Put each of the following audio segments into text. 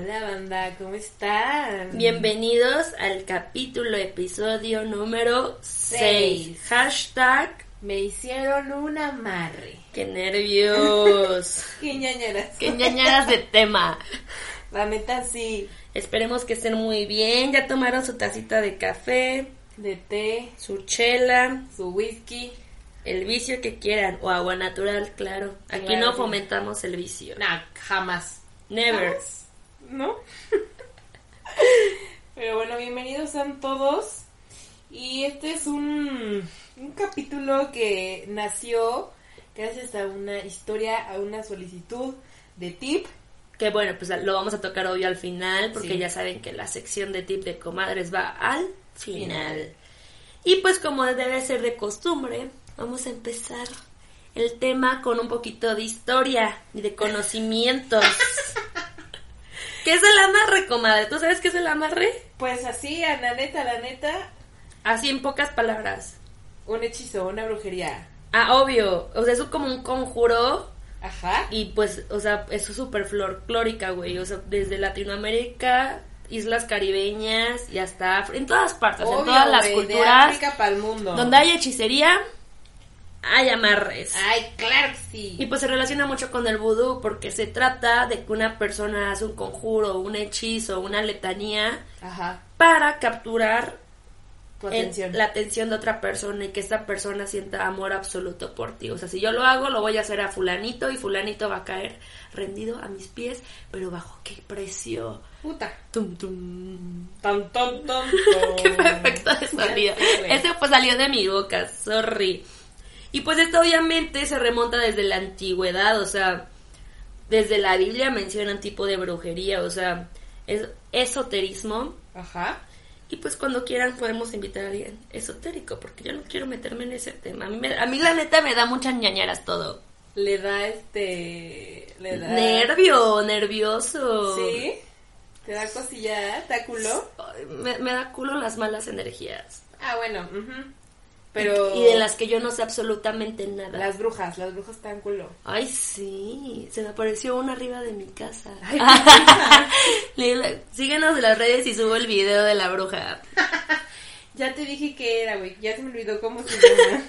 Hola, ¿cómo están? Bienvenidos al capítulo, episodio número 6. Hashtag, Me hicieron un amarre. qué nervios. Qué ñañaras. qué ñañaras de tema. La neta sí, Esperemos que estén muy bien. Ya tomaron su tacita de café, de té, su chela, su whisky. el vicio que quieran. O agua natural, claro. Aquí Claro. no fomentamos el vicio. Nah, jamás. Never. ¿No? Pero bueno, bienvenidos sean todos. Y este es un, un capítulo que nació gracias a una historia, a una solicitud de tip. Que bueno, pues lo vamos a tocar obvio al final, porque Sí. ya saben que la sección de tip de comadres va al final. Y pues como debe ser de costumbre, vamos a empezar el tema con un poquito de historia y de conocimientos. ¿Qué es el amarre, comadre? ¿Tú sabes qué es el amarre? Pues así, a la neta, a la neta, Así en pocas palabras. un hechizo, una brujería. Ah, obvio. O sea, es como un conjuro Ajá. Y pues, o sea, eso es súper folclórica, güey. O sea, desde Latinoamérica, islas caribeñas y hasta África. En todas partes, en todas las güey, De culturas. África para el mundo. Donde hay hechicería, hay amarres. Ay, claro que sí. Y pues se relaciona mucho con el vudú porque se trata de que una persona hace un conjuro, un hechizo, una letanía Ajá. para capturar Tu en- atención. la atención de otra persona y que esta persona sienta amor absoluto por ti. O sea, si yo lo hago, lo voy a hacer a fulanito y fulanito va a caer rendido a mis pies, pero bajo qué precio. puta. Tum, tum. Tan, tan, tan, Qué perfecto de sonido. Ese pues salió de mi boca, sorry. Y pues esto obviamente se remonta desde la antigüedad, o sea, desde la Biblia mencionan tipo de brujería, o sea, es esoterismo. Ajá. Y pues cuando quieran podemos invitar a alguien esotérico, porque yo no quiero meterme en ese tema. A mí, me- a mí la neta me da muchas ñañaras todo. Le da este. Le da. Nervio, nervioso. Sí. Te da cosilla, te da culo. Ay, Me, me da culo las malas energías. Ah, bueno. ujú. Pero. Y de las que yo no sé absolutamente nada. Oh. Las brujas, las brujas te dan culo. Ay, sí. Se me apareció una arriba de mi casa. Le- Síguenos en las redes y subo el video de la bruja. Ya te dije que era, güey. Ya se me olvidó cómo se llama.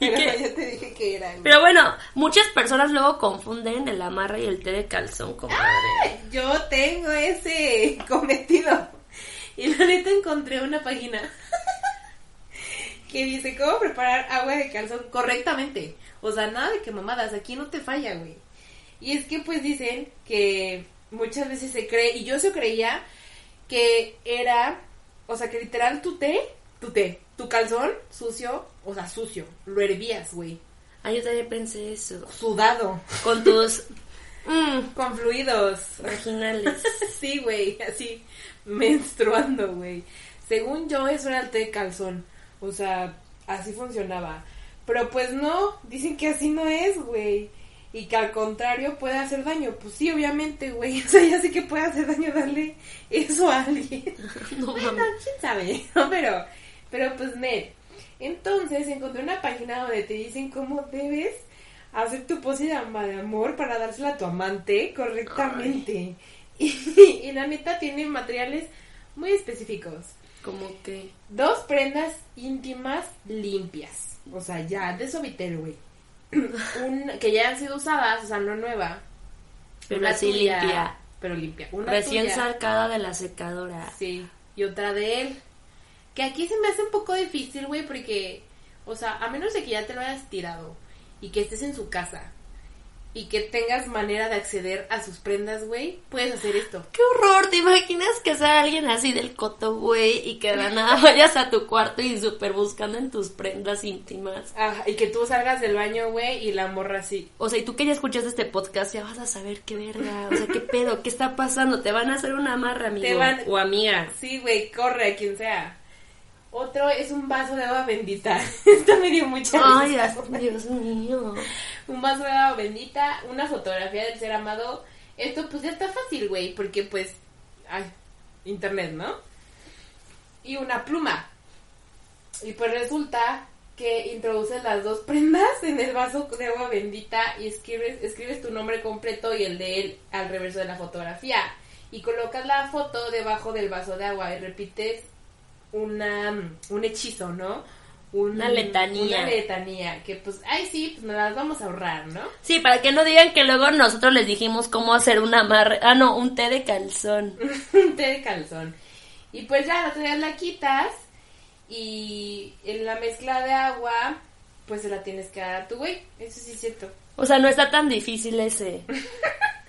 ¿Y Pero qué? ya te dije que era, güey. Pero bueno, muchas personas luego confunden el amarre y el té de calzón, comadre. Yo tengo ese cometido. Y la neta encontré una página que dice cómo preparar agua de calzón correctamente. O sea, nada de que mamadas, aquí no te falla, güey. Y es que pues dicen que muchas veces se cree, y yo se creía que era, o sea, que literal tu té, tu té, tu calzón sucio, o sea, sucio, lo hervías, güey, Ay, yo también pensé eso. sudado, Con tus mm, con fluidos. vaginales. Sí, güey, así menstruando, güey. Según yo, eso era el té de calzón. O sea, así funcionaba. Pero pues no, dicen que así no es, güey. Y que al contrario puede hacer daño. Pues sí, obviamente, güey. O sea, ya sé que puede hacer daño darle eso a alguien. No Bueno, mames. quién sabe, ¿no? Pero, pero pues, Ned. Entonces encontré una página donde te dicen cómo debes hacer tu pose de ama- de amor para dársela a tu amante correctamente. Y, y la neta tiene materiales muy específicos. Como que. Dos prendas íntimas limpias. O sea, ya de suavitel, güey. Un- que ya han sido usadas, o sea, no nueva. Pero Una así tuya, limpia. Pero limpia. Una Recién tuya. sacada de la secadora. Sí, y otra de él. Que aquí se me hace un poco difícil, güey, porque, o sea, a menos de que ya te lo hayas tirado y que estés en su casa y que tengas manera de acceder a sus prendas, güey, puedes hacer esto. ¡Qué horror! ¿Te imaginas que sea alguien así del coto, güey? Y que de la nada vayas a tu cuarto y super buscando en tus prendas íntimas. Ajá, Ah, y que tú salgas del baño, güey, y la morra así. O sea, y tú que ya escuchaste este podcast, ya vas a saber qué verga. O sea, qué pedo, qué está pasando. Te van a hacer una amarra, amigo. Te van- O amiga. Sí, güey, corre a quien sea. Otro es un vaso de agua bendita. Esto me dio mucha Ay, risa. Dios mío. un vaso de agua bendita, una fotografía del ser amado. Esto pues ya está fácil, güey, porque pues, ay, internet, ¿no? Y una pluma. Y pues resulta que introduces las dos prendas en el vaso de agua bendita y escribes, escribes tu nombre completo y el de él al reverso de la fotografía. y colocas la foto debajo del vaso de agua y repites una, un hechizo, ¿no? Un- Una letanía. Una letanía, que pues, ay sí, pues nos las vamos a ahorrar, ¿no? Sí, para que no digan que luego nosotros les dijimos cómo hacer un amarre. Ah, no, un té de calzón. un té de calzón. Y pues ya, la otra vez la quitas y en la mezcla de agua, pues se la tienes que dar a tu güey. Eso sí es cierto. O sea, no está tan difícil ese.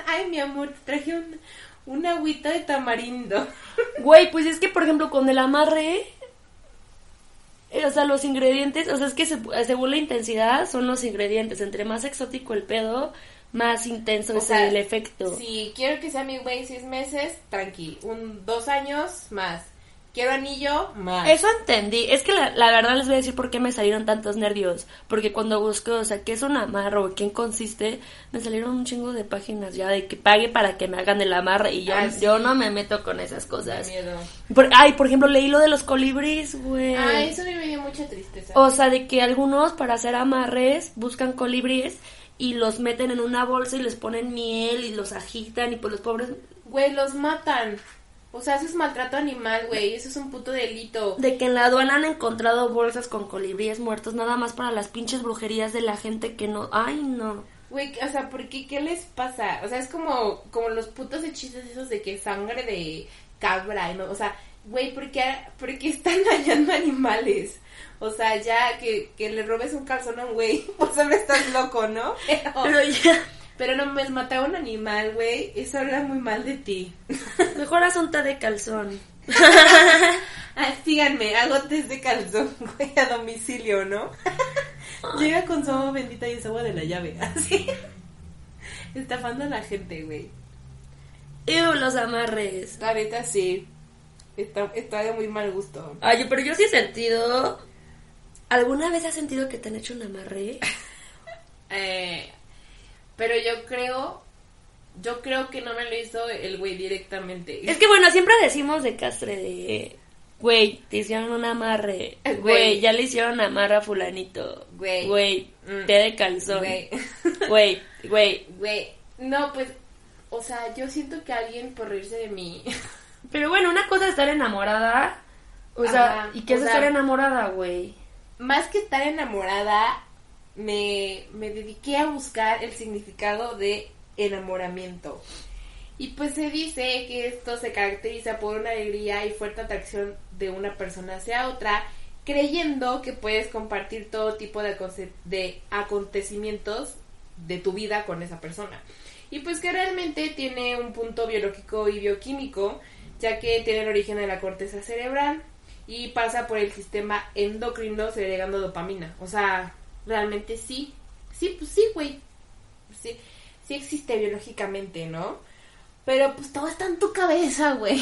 Ay, mi amor, te traje un- una agüita de tamarindo. Güey, pues es que, por ejemplo, con el amarre. eh, O sea, los ingredientes, o sea, es que se- eh, según la intensidad son los ingredientes. Entre más exótico el pedo, más intenso O es sea, el efecto. Si quiero que sea mi güey seis meses, tranqui. Un, dos años, más. Quiero anillo, más. Eso entendí. Es que la, la verdad les voy a decir por qué me salieron tantos nervios. Porque cuando busqué, o sea, qué es un amarro, quién consiste, me salieron un chingo de páginas ya de que pague para que me hagan el amarre. Y yo, Ah, sí. yo no me meto con esas Qué cosas. miedo. Por- ay, por ejemplo, leí lo de los colibríes, güey. Ah, eso a mí me dio mucha tristeza. Eh. O sea, de que algunos para hacer amarres buscan colibríes y los meten en una bolsa y les ponen miel y los agitan y pues los pobres... Güey, los matan. O sea, eso es maltrato animal, güey. Eso es un puto delito. De que en la aduana han encontrado bolsas con colibríes muertos nada más para las pinches brujerías de la gente que no... Ay, no. Güey, o sea, ¿por qué? ¿Qué les pasa? O sea, es como, como los putos hechizos esos de que sangre de cabra, ¿no? O sea, güey, ¿por qué, por qué están dañando animales? O sea, ya que, que le robes un calzón a un güey, o sea, no estás loco, ¿no? Pero, Pero ya, pero no me matar a un animal, güey, eso habla muy mal de ti. mejor haz un té de calzón. Ah, síganme, hago test de calzón, güey, a domicilio, ¿no? Llega con su agua bendita y es agua de la llave, así. Estafando a la gente, güey. Y los amarres. La neta sí. Está, está de muy mal gusto. Ay, pero yo sí he sentido... ¿Alguna vez has sentido que te han hecho un amarre? Eh, pero yo creo. Yo creo que no me lo hizo el güey directamente. Es que bueno, siempre decimos de Castre de. Güey, te hicieron un amarre. Güey. Güey, ya le hicieron amarre a Fulanito. Güey. Güey, Mm. té de calzón. Güey. Güey, güey. Güey. No, pues. O sea, yo siento que alguien por reírse de mí. Pero bueno, una cosa es estar enamorada. O sea, Ajá, ¿y qué o es sea- estar enamorada, güey? Más que estar enamorada, me, me dediqué a buscar el significado de enamoramiento. Y pues se dice que esto se caracteriza por una alegría y fuerte atracción de una persona hacia otra, creyendo que puedes compartir todo tipo de, aconse- de acontecimientos de tu vida con esa persona. Y pues que realmente tiene un punto biológico y bioquímico, ya que tiene el origen de la corteza cerebral y pasa por el sistema endocrino segregando dopamina. O sea, realmente sí, sí, pues sí, güey. Sí, sí existe biológicamente, ¿no? Pero pues todo está en tu cabeza, güey.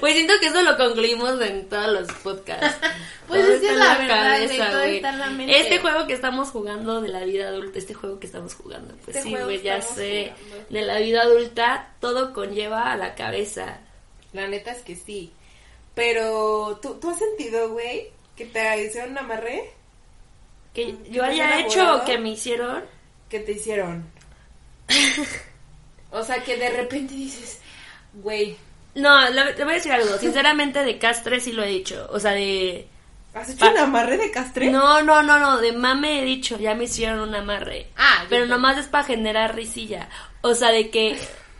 Güey, Pues siento que eso lo concluimos en todos los podcasts. Pues Todo es que está es en la verdad, güey, todo güey. está en la mente. Este juego que estamos jugando de la vida adulta, este juego que estamos jugando, pues Este sí, juego güey, ya estamos sé. jugando. De la vida adulta, todo conlleva a la cabeza. La neta es que sí. Pero, ¿tú, tú has sentido, güey, que te hicieron un amarre? Que ¿Que yo te has haya hecho enamorado? o que me hicieron. que te hicieron? o sea, que de repente dices, güey, No, le, le voy a decir algo. Sinceramente, de Castre sí lo he dicho. O sea, de. ¿has hecho un amarre de castre? No, no, no, no. De mame he dicho. Ya me hicieron un amarre. Ah, yo Pero también. nomás es para generar risilla. O sea, de que,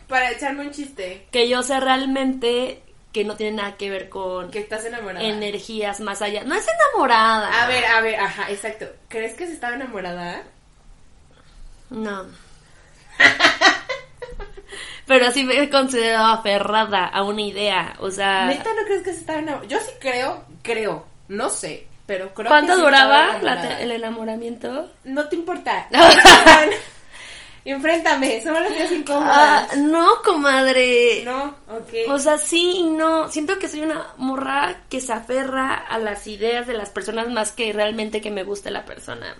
Para echarme un chiste. que yo sé realmente que no tiene nada que ver con Que estás enamorada. energías más allá. No es enamorada. A ver, a ver, ajá, exacto. ¿Crees que se estaba enamorada? No. Pero sí me considero aferrada a una idea. O sea. ¿Neta no crees que se estaba enamorada? Yo sí creo, creo, no sé, pero creo ¿Cuánto que sí duraba estaba la enamorada. te- el enamoramiento? No te importa. Enfréntame, son las días incómodas. Ah, no, comadre. no, ok. O sea, sí y no. Siento que soy una morra que se aferra a las ideas de las personas más que realmente que me guste la persona.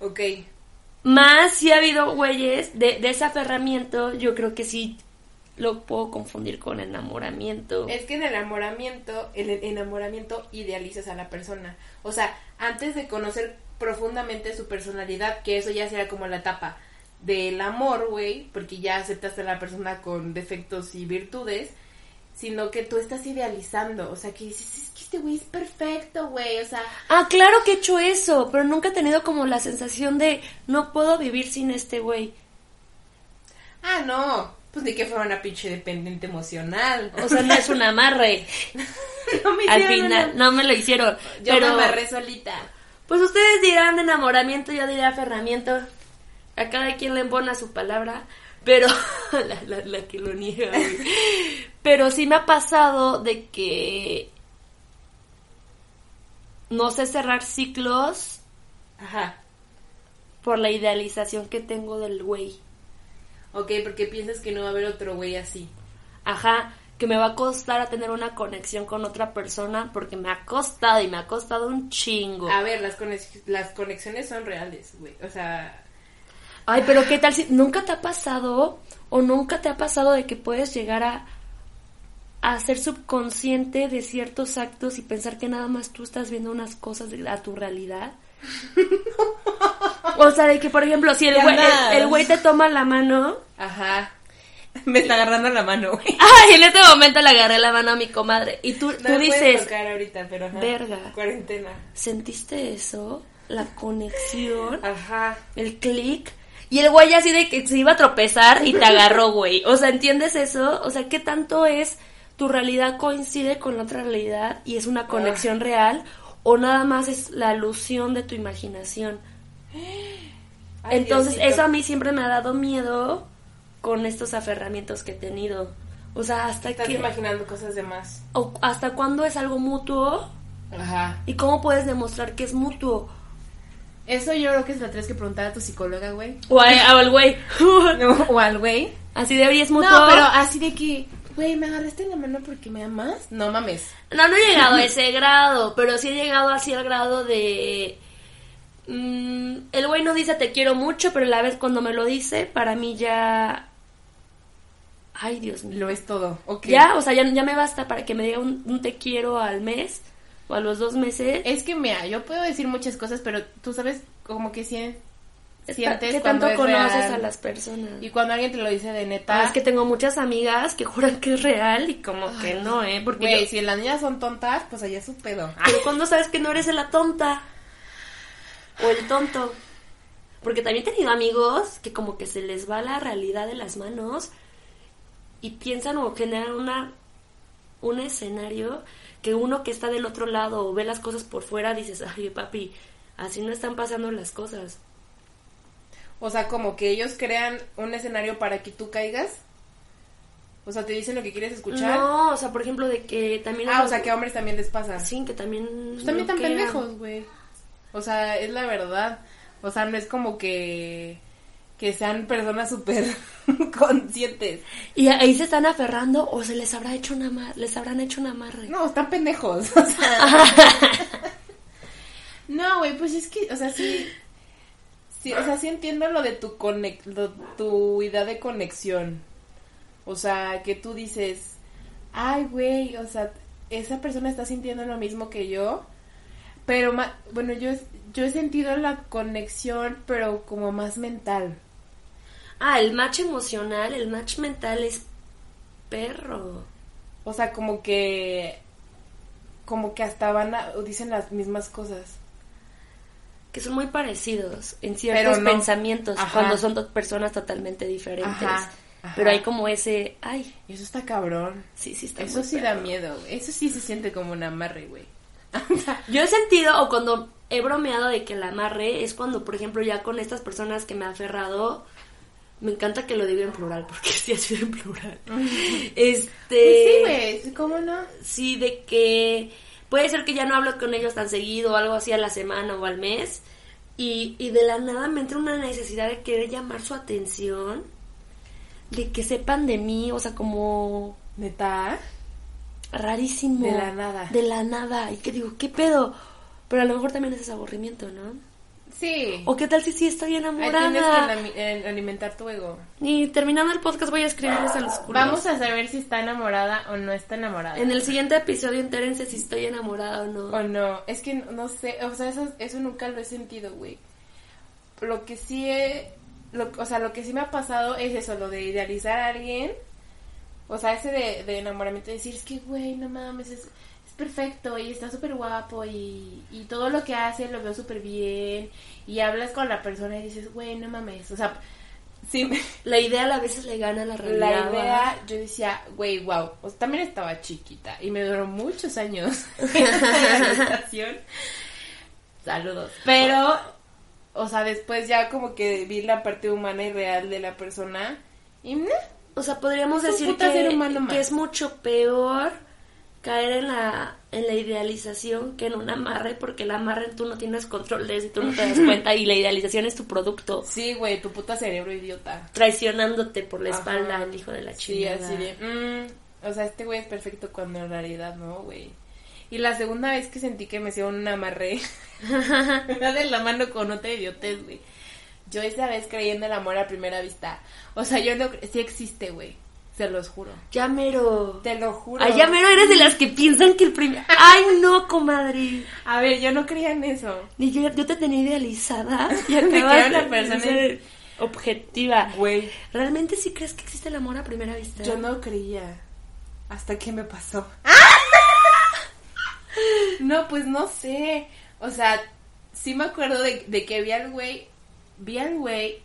ok. Más si ha habido güeyes de, de ese aferramiento, yo creo que sí lo puedo confundir con enamoramiento. Es que en el enamoramiento, en el enamoramiento idealizas a la persona. O sea, antes de conocer profundamente su personalidad, que eso ya será como la etapa del amor, güey, porque ya aceptaste a la persona con defectos y virtudes, sino que tú estás idealizando, o sea, que dices, es que este güey es perfecto, güey, o sea, Ah, claro que he hecho eso, pero nunca he tenido como la sensación de no puedo vivir sin este güey. ah, no, pues ni que fuera una pinche dependiente emocional. O sea, no es un amarre. no me Al hicieron final, una- no me lo hicieron. yo pero, me amarré solita. pues ustedes dirán enamoramiento, yo diré aferramiento. A cada quien le embona su palabra, pero la, la- la que lo niega. güey. Pero sí me ha pasado de que no sé cerrar ciclos Ajá. por la idealización que tengo del güey. Ok, porque piensas que no va a haber otro güey así. Ajá, que me va a costar a tener una conexión con otra persona porque me ha costado y me ha costado un chingo. A ver, las, conex- las conexiones son reales, güey. O sea, Ay, pero qué tal si nunca te ha pasado o nunca te ha pasado de que puedes llegar a a ser subconsciente de ciertos actos y pensar que nada más tú estás viendo unas cosas de- a tu realidad. O sea, de que, por ejemplo, si el Ya güey, andas. el- el güey te toma la mano, ajá. Me está agarrando la mano, güey. ay, en este momento le agarré la mano a mi comadre, y tú, No tú me puedes dices, tocar ahorita, pero ajá. Verga. Cuarentena. ¿Sentiste eso? La conexión, Ajá. el clic. Y el güey así de que se iba a tropezar y te agarró, güey. O sea, ¿entiendes eso? O sea, ¿qué tanto es tu realidad coincide con la otra realidad y es una conexión Ah. real? ¿O nada más es la ilusión de tu imaginación? Ay, Entonces, Diosito. eso a mí siempre me ha dado miedo con estos aferramientos que he tenido. O sea, hasta Estás que... imaginando cosas de más. o ¿Hasta cuándo es algo mutuo? Ajá. ¿Y cómo puedes demostrar que es mutuo? Eso yo creo que es la tres que preguntar a tu psicóloga, güey. O a- o al güey. o al güey. Así deberías mutuo. No, pero así de que, güey, me agarraste la mano porque me amas. No mames. No, no he llegado a ese grado, pero sí he llegado así al grado de... mm, el güey no dice te quiero mucho, pero a la vez cuando me lo dice, para mí ya... Ay, Dios mío. Lo es todo. Ok. Ya, o sea, ya, ya me basta para que me diga un, un te quiero al mes o a los dos meses. Es que, mira, yo puedo decir muchas cosas, pero tú sabes como que ¿eh? sien- Es pa- sientes ¿Qué cuando tanto es conoces real. a las personas? Y cuando alguien te lo dice de neta... Ah, es que tengo muchas amigas que juran que es real y como que no, ¿eh? Porque Güey, yo- Ah. si las niñas son tontas, pues allá es su pedo. Pero cuando sabes que no eres la tonta o el tonto. Porque también he tenido amigos que como que se les va la realidad de las manos y piensan o generan una un escenario que uno que está del otro lado o ve las cosas por fuera dices, "Ay, papi, así no están pasando las cosas." O sea, como que ellos crean un escenario para que tú caigas. O sea, te dicen lo que quieres escuchar. No, o sea, por ejemplo de que también ah, o sea, que a hombres también les pasa. sí, que también Pues también tan bloquean. pendejos, güey. O sea, es la verdad. O sea, no es como que que sean personas súper conscientes. Y ahí se están aferrando o se les habrá hecho una les habrán hecho un amarre. No, están pendejos. O sea, No, güey, pues es que, o sea, sí... sí, o sea, sí entiendo lo de tu conex- lo- tu idea de conexión. O sea, que tú dices, ay, güey, o sea, esa persona está sintiendo lo mismo que yo. Pero, ma- bueno, yo, he- yo he sentido la conexión, pero como más mental. Ah, el match emocional, el match mental es perro. O sea, como que. Como que hasta van a. o dicen las mismas cosas. Que son muy parecidos en ciertos Pero no. pensamientos Ajá. cuando son dos personas totalmente diferentes. Ajá, ajá. Pero hay como ese, ay, Eso está cabrón. sí, sí está Eso muy sí perro. da miedo, güey. Eso sí se siente como un amarre, güey. Yo he sentido o cuando he bromeado de que la amarre es cuando, por ejemplo, ya con estas personas que me ha aferrado, me encanta que lo diga en plural porque sí ha sido en plural. este, Pues sí, güey, ¿cómo no? sí, de que puede ser que ya no hablo con ellos tan seguido o algo así a la semana o al mes. Y, y de la nada me entra una necesidad de querer llamar su atención, de que sepan de mí, o sea, como Neta. rarísimo. De la nada. De la nada. Y que digo, ¿qué pedo? Pero a lo mejor también es ese aburrimiento, ¿no? Sí. O qué tal si sí estoy Ahí tienes que enamorada. alami- eh, alimentar tu ego. Y terminando el podcast voy a escribirles a los culos. Vamos a saber si está enamorada o no está enamorada. En el siguiente episodio entérense si estoy enamorada o no. O no. Es que no sé. O sea, eso, eso nunca lo he sentido, güey. Lo que sí he. lo, o sea, lo que sí me ha pasado es eso, lo de idealizar a alguien. O sea, ese de, de enamoramiento, de decir, es que, güey, no mames, es, es perfecto y está súper guapo y, y todo lo que hace lo veo súper bien. Y hablas con la persona y dices, güey, no mames. O sea, sí, me- La idea a veces le gana a la la realidad. idea, yo decía, güey, wow. O sea, también estaba chiquita y me duró muchos años meditación. Saludos. Pero, o sea, después ya como que vi la parte humana y real de la persona y meh, O sea, podríamos Es un decir puta que, ser humano más. que es mucho peor caer en la, en la idealización que en un amarre, porque el amarre tú no tienes control de eso y tú no te das cuenta y la idealización es tu producto sí, güey, tu puta cerebro idiota. traicionándote por la Ajá. espalda el hijo de la Sí, chingada. así de, mm, o sea, este güey es perfecto cuando en realidad no, güey. Y la segunda vez que sentí que me hicieron un amarré, una de la mano con otra idiotez, güey. Yo esa vez creí en el amor a primera vista. O sea, yo no, cre- sí existe, güey. Se los juro. Ya mero. Te lo juro. Ay, ya mero eres de las que piensan que el primer... Ay, no, comadre. A ver, yo no creía en eso. Ni yo, yo te tenía idealizada. Ya Me acabas quedé una de persona ser objetiva. Güey, ¿Realmente sí crees que existe el amor a primera vista? yo no creía. Hasta que me pasó. No, pues no sé. O sea, sí me acuerdo de, de que vi al güey. Vi al güey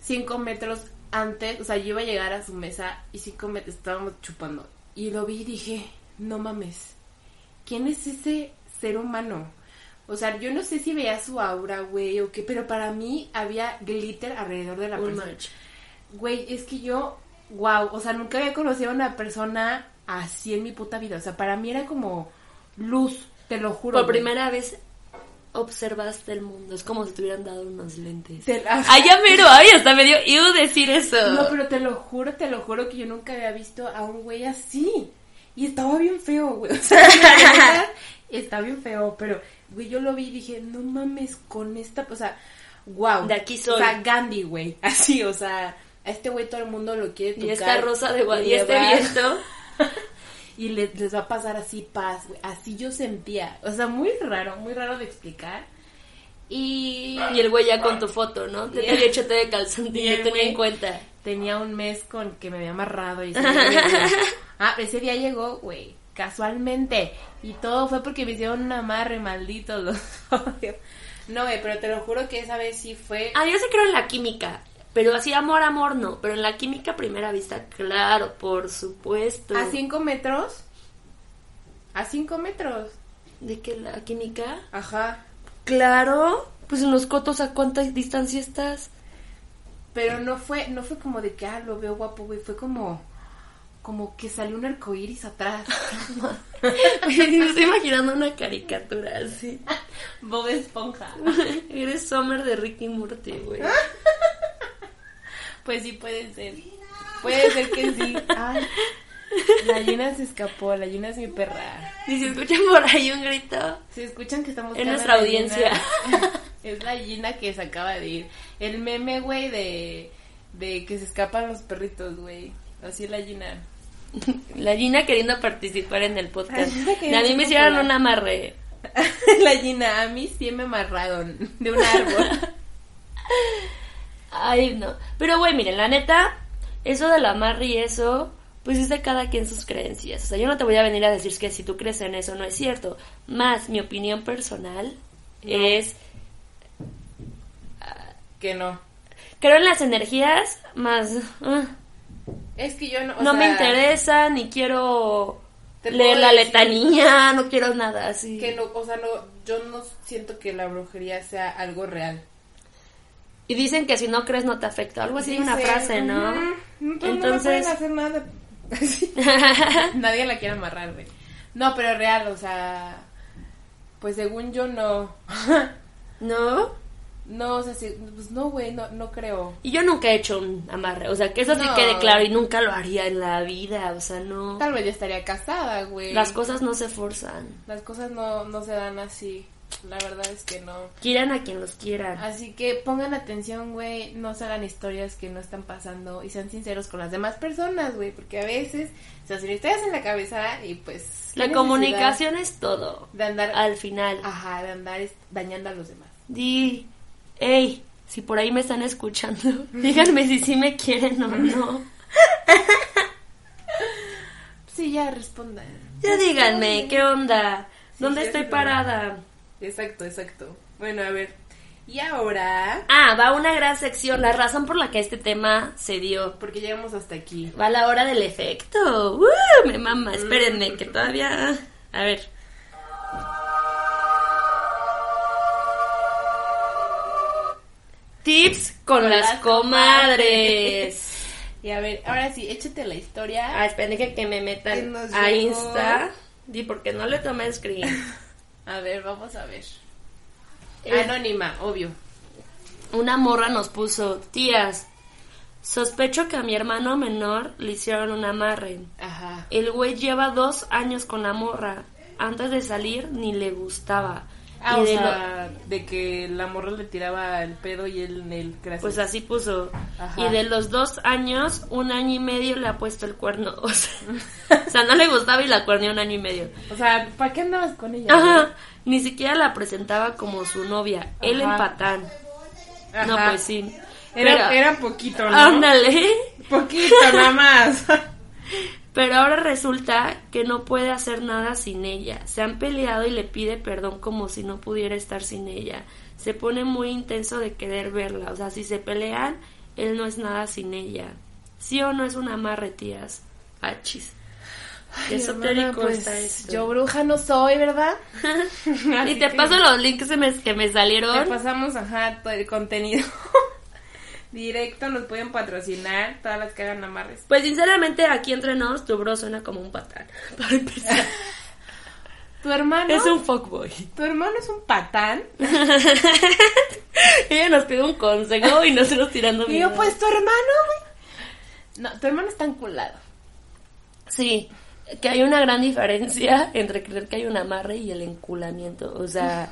cinco metros antes. O sea, yo iba a llegar a su mesa y cinco metros estábamos chupando. Y lo vi y dije, no mames. ¿Quién es ese ser humano? O sea, yo no sé si veía su aura, güey, o qué, pero para mí había glitter alrededor de la Un persona. match. Güey, es que yo, wow, o sea, nunca había conocido a una persona así en mi puta vida. O sea, para mí era como luz, te lo juro. Por güey. primera vez observaste el mundo. Es como si te hubieran dado unos lentes. Te la- Ay, ya mero. Ay, hasta me dio iu decir eso. No, pero te lo juro, te lo juro que yo nunca había visto a un güey así. Y estaba bien feo, güey. O sea, la neta, estaba bien feo, pero, güey, yo lo vi y dije, no mames, con esta, o sea, wow. De aquí soy. O sea, Gandhi, güey. Así, o sea, a este güey todo el mundo lo quiere tocar. y esta rosa de Guadalupe. Y este llevar. viento. y les, les va a pasar así paz, güey. Así yo sentía. O sea, muy raro, muy raro de explicar. Y Y el güey ya con tu foto, ¿no? Te Y- tenía chote de calzón. y Yo el tenía güey- en cuenta. tenía un mes con que me había amarrado y ese día llegó. Ah, ese día llegó, güey, casualmente. Y todo fue porque me hicieron un amarre, maldito los odio. No, güey, pero te lo juro que esa vez sí fue. Ah, yo sí creo en la química. Pero así amor, amor no. Pero en la química a primera vista, claro, por supuesto. A cinco metros. A cinco metros. ¿De que la química? Ajá. Claro. Pues en los cotos, ¿a cuánta distancia estás? Pero no fue, no fue como de que, ah, lo veo guapo, güey. Fue como, como que salió un arcoíris atrás. Oye, me estoy imaginando una caricatura así. Bob Esponja. Eres Summer de Ricky Morty, güey. Pues sí, puede ser. Puede ser que sí. Ay, la Yuna se escapó, la Yuna es mi perra. Y si escuchan por ahí un grito, Si escuchan que estamos... Es nuestra audiencia. Es la Gina que se acaba de ir. El meme, güey, de, de que se escapan los perritos, güey. Así es la Gina. la Gina queriendo participar en el podcast. Ay, yo quería a mí ser me hicieron popular. un amarre. la Gina, a mí sí me amarraron de un árbol. Ay, no. Pero, güey, miren, la neta, eso del amarre y eso, pues es de cada quien sus creencias. O sea, yo no te voy a venir a decir que si tú crees en eso no es cierto. Más, mi opinión personal es Que no. creo en las energías, más ah, Es que yo no... o no me sea, interesa ni quiero Te leer puedo la decir- letanía, no quiero nada así. Que no, o sea, no, yo no siento que la brujería sea algo real. Y dicen que si no crees no te afecta, algo así de una Dicen, frase, ¿no? "Ujú, entonces no me pueden Entonces, hacer nada. Nadie la quiere amarrar, güey. No, pero real, o sea, pues según yo no. ¿no? No, o sea, sí, pues no, güey, no, no creo. Y yo nunca he hecho un amarre, o sea, que eso sí No. quede claro y nunca lo haría en la vida, o sea, no. Tal vez ya estaría casada, güey. Las cosas no se forzan. Las cosas no, no se dan así. La verdad es que no. Quieran a quien los quieran. Así que pongan atención, güey. No se hagan historias que no están pasando y sean sinceros con las demás personas, güey. Porque a veces se hacen historias en la cabeza y pues. La qué comunicación es todo. necesidad De andar Al final. Ajá, de andar es- dañando a los demás. Di, hey, si por ahí me están escuchando, díganme si sí me quieren o no. Sí, ya respondan. Ya díganme, ¿qué onda? ¿Dónde sí, estoy sí. parada? Exacto, exacto. Bueno, a ver. Y ahora, Ah, va una gran sección, la razón por la que este tema se dio. porque llegamos hasta aquí. Va la hora del efecto. ¡Uh! Me mama, espérenme, que todavía... A ver. Tips con las las comadres. Y a ver, ahora sí, échate la historia. Ah, esperen que, que me Que metan nos a llegó. Insta. Di porque no le tomé screen. A ver, vamos a ver. Eh, Anónima, obvio. Una morra nos puso, tías, sospecho que a mi hermano menor le hicieron un amarre. Ajá. El güey lleva dos años con la morra. Antes de salir ni le gustaba. Ah, Y o de sea, de que la morra le tiraba el pedo y él en el lo- gracias. pues así puso. Ajá. Y de los dos años, un año y medio le ha puesto el cuerno. O sea, o sea, no le gustaba y la cuernió un año y medio. O sea, ¿para qué andabas con ella? Ajá. Ni siquiera la presentaba como su novia. Él Ajá. en patán. Ajá. No, pues sí. Era, Pero- era poquito, ¿no? Ándale. Poquito, nada más. Pero ahora resulta que no puede hacer nada sin ella. Se han peleado y le pide perdón como si no pudiera estar sin ella. Se pone muy intenso de querer verla. O sea, si se pelean, él no es nada sin ella. ¿Sí o no es una amarre, tías? Achis. Qué esotérico pues, está esto. yo bruja no soy, ¿verdad? y te que- paso los links que me, que me Te salieron. pasamos, ajá, todo el contenido. Directo, nos pueden patrocinar todas las que hagan amarres. Pues sinceramente, aquí entre nos, tu bro suena como un patán. Para empezar. Tu hermano, es un fuckboy. tu hermano es un patán. Ella nos pide un consejo y nosotros tirando Y yo, mierda. pues tu hermano, güey. No, tu hermano está enculado. Sí, que hay una gran diferencia entre creer que hay un amarre y el enculamiento. O sea,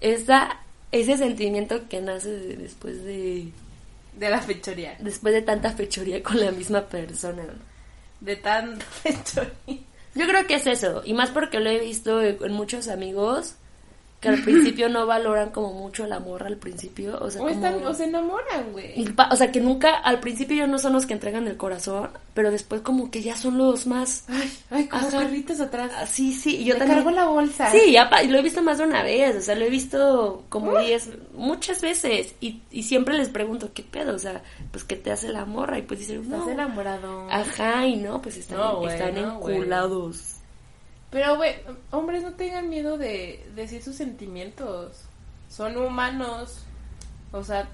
esa, ese sentimiento que nace de- después de, De la fechoría. después de tanta fechoría con la misma persona. De tan fechoría. Yo creo que es eso, y más porque lo he visto en, en muchos amigos que al principio no valoran como mucho el amor al principio. O sea, O, como- están, o se enamoran, güey. y pa- o sea, que nunca, al principio ya no son los que entregan el corazón, pero después como que ya son los más... Ay, ay, como Ajá. perritos atrás. Ah, sí, sí, y yo Te también... cargo la bolsa. Sí, ya pa- y lo he visto más de una vez, o sea, lo he visto como diez, muchas veces, y, y siempre les pregunto, ¿qué pedo? O sea, pues, ¿qué te hace la morra? Y pues dicen, Estás no, Ah. enamorado. ajá, y no, pues están, No, güey, están no, güey. enculados. Pero, güey, hombres no tengan miedo de decir sus sentimientos. Son humanos. O sea,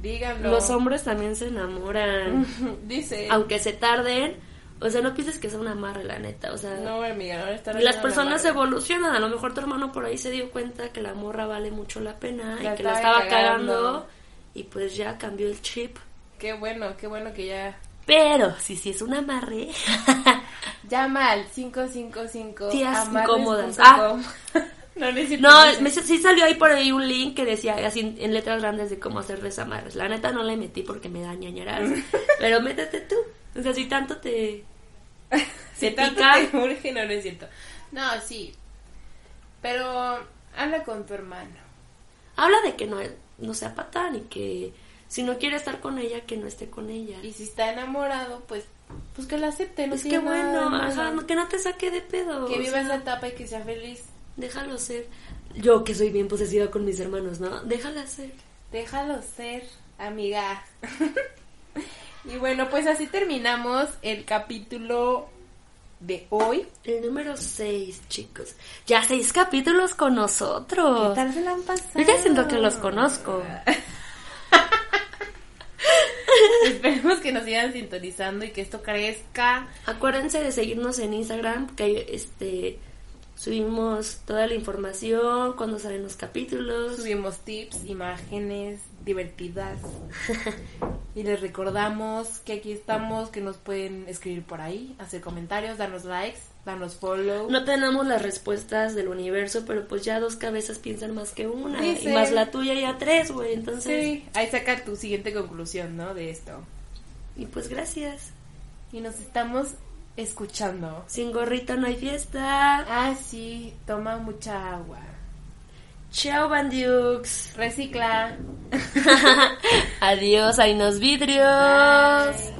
díganlo. Los hombres también se Mm. enamoran, Dice. aunque se tarden, o sea, no pienses que es una amarre, la neta, o sea, No, amiga, ahora está las personas evolucionan, a lo mejor tu hermano por ahí se dio cuenta que la morra vale mucho la pena La y que la estaba estaba cagando. cagando. y pues ya cambió el chip. Qué bueno, qué bueno que ya. Pero si sí es un amarre, Llama al 555. Tías amarres incómodas. Ah. punto com. no necesito. No, me- sí salió ahí por ahí un link que decía así en- en letras grandes de cómo hacer desamarres. La neta no le metí porque me da ñañaras. pero métete tú. O sea, si tanto te. Si Se tanto pica. te urge, no necesito. No, sí. Pero habla con tu hermano. Habla de que no, no sea patán y que si no quiere estar con ella, que no esté con ella. Y si está enamorado, pues pues que lo acepte. No es que tiene nada de bueno, malo. ajá, no- que no te saque de pedo. Que o viva sea, esa etapa y que sea feliz. déjalo ser. Yo que soy bien posesiva con mis hermanos, ¿no? Déjala ser. Déjalo ser, amiga. y bueno, pues así terminamos el capítulo de hoy. El número 6, chicos. Ya seis capítulos con nosotros. ¿Qué tal se la han pasado? Yo ya siento que los conozco. Esperemos que nos sigan sintonizando y que esto crezca. Acuérdense de seguirnos en Instagram, que ahí, este subimos toda la información, cuando salen los capítulos. Subimos tips, imágenes divertidas. y les recordamos que aquí estamos, que nos pueden escribir por ahí, hacer comentarios, darnos likes, darnos follow. No tenemos las respuestas del universo, pero pues ya dos cabezas piensan más que una. Dice. Y más la tuya ya tres, güey. Entonces, Sí, ahí saca tu siguiente conclusión, ¿no? De esto. y pues gracias. Y nos estamos escuchando. Sin gorrito no hay fiesta. Ah, sí, toma mucha agua. Chao, Bandiux. Recicla. Adiós, hay unos vidrios.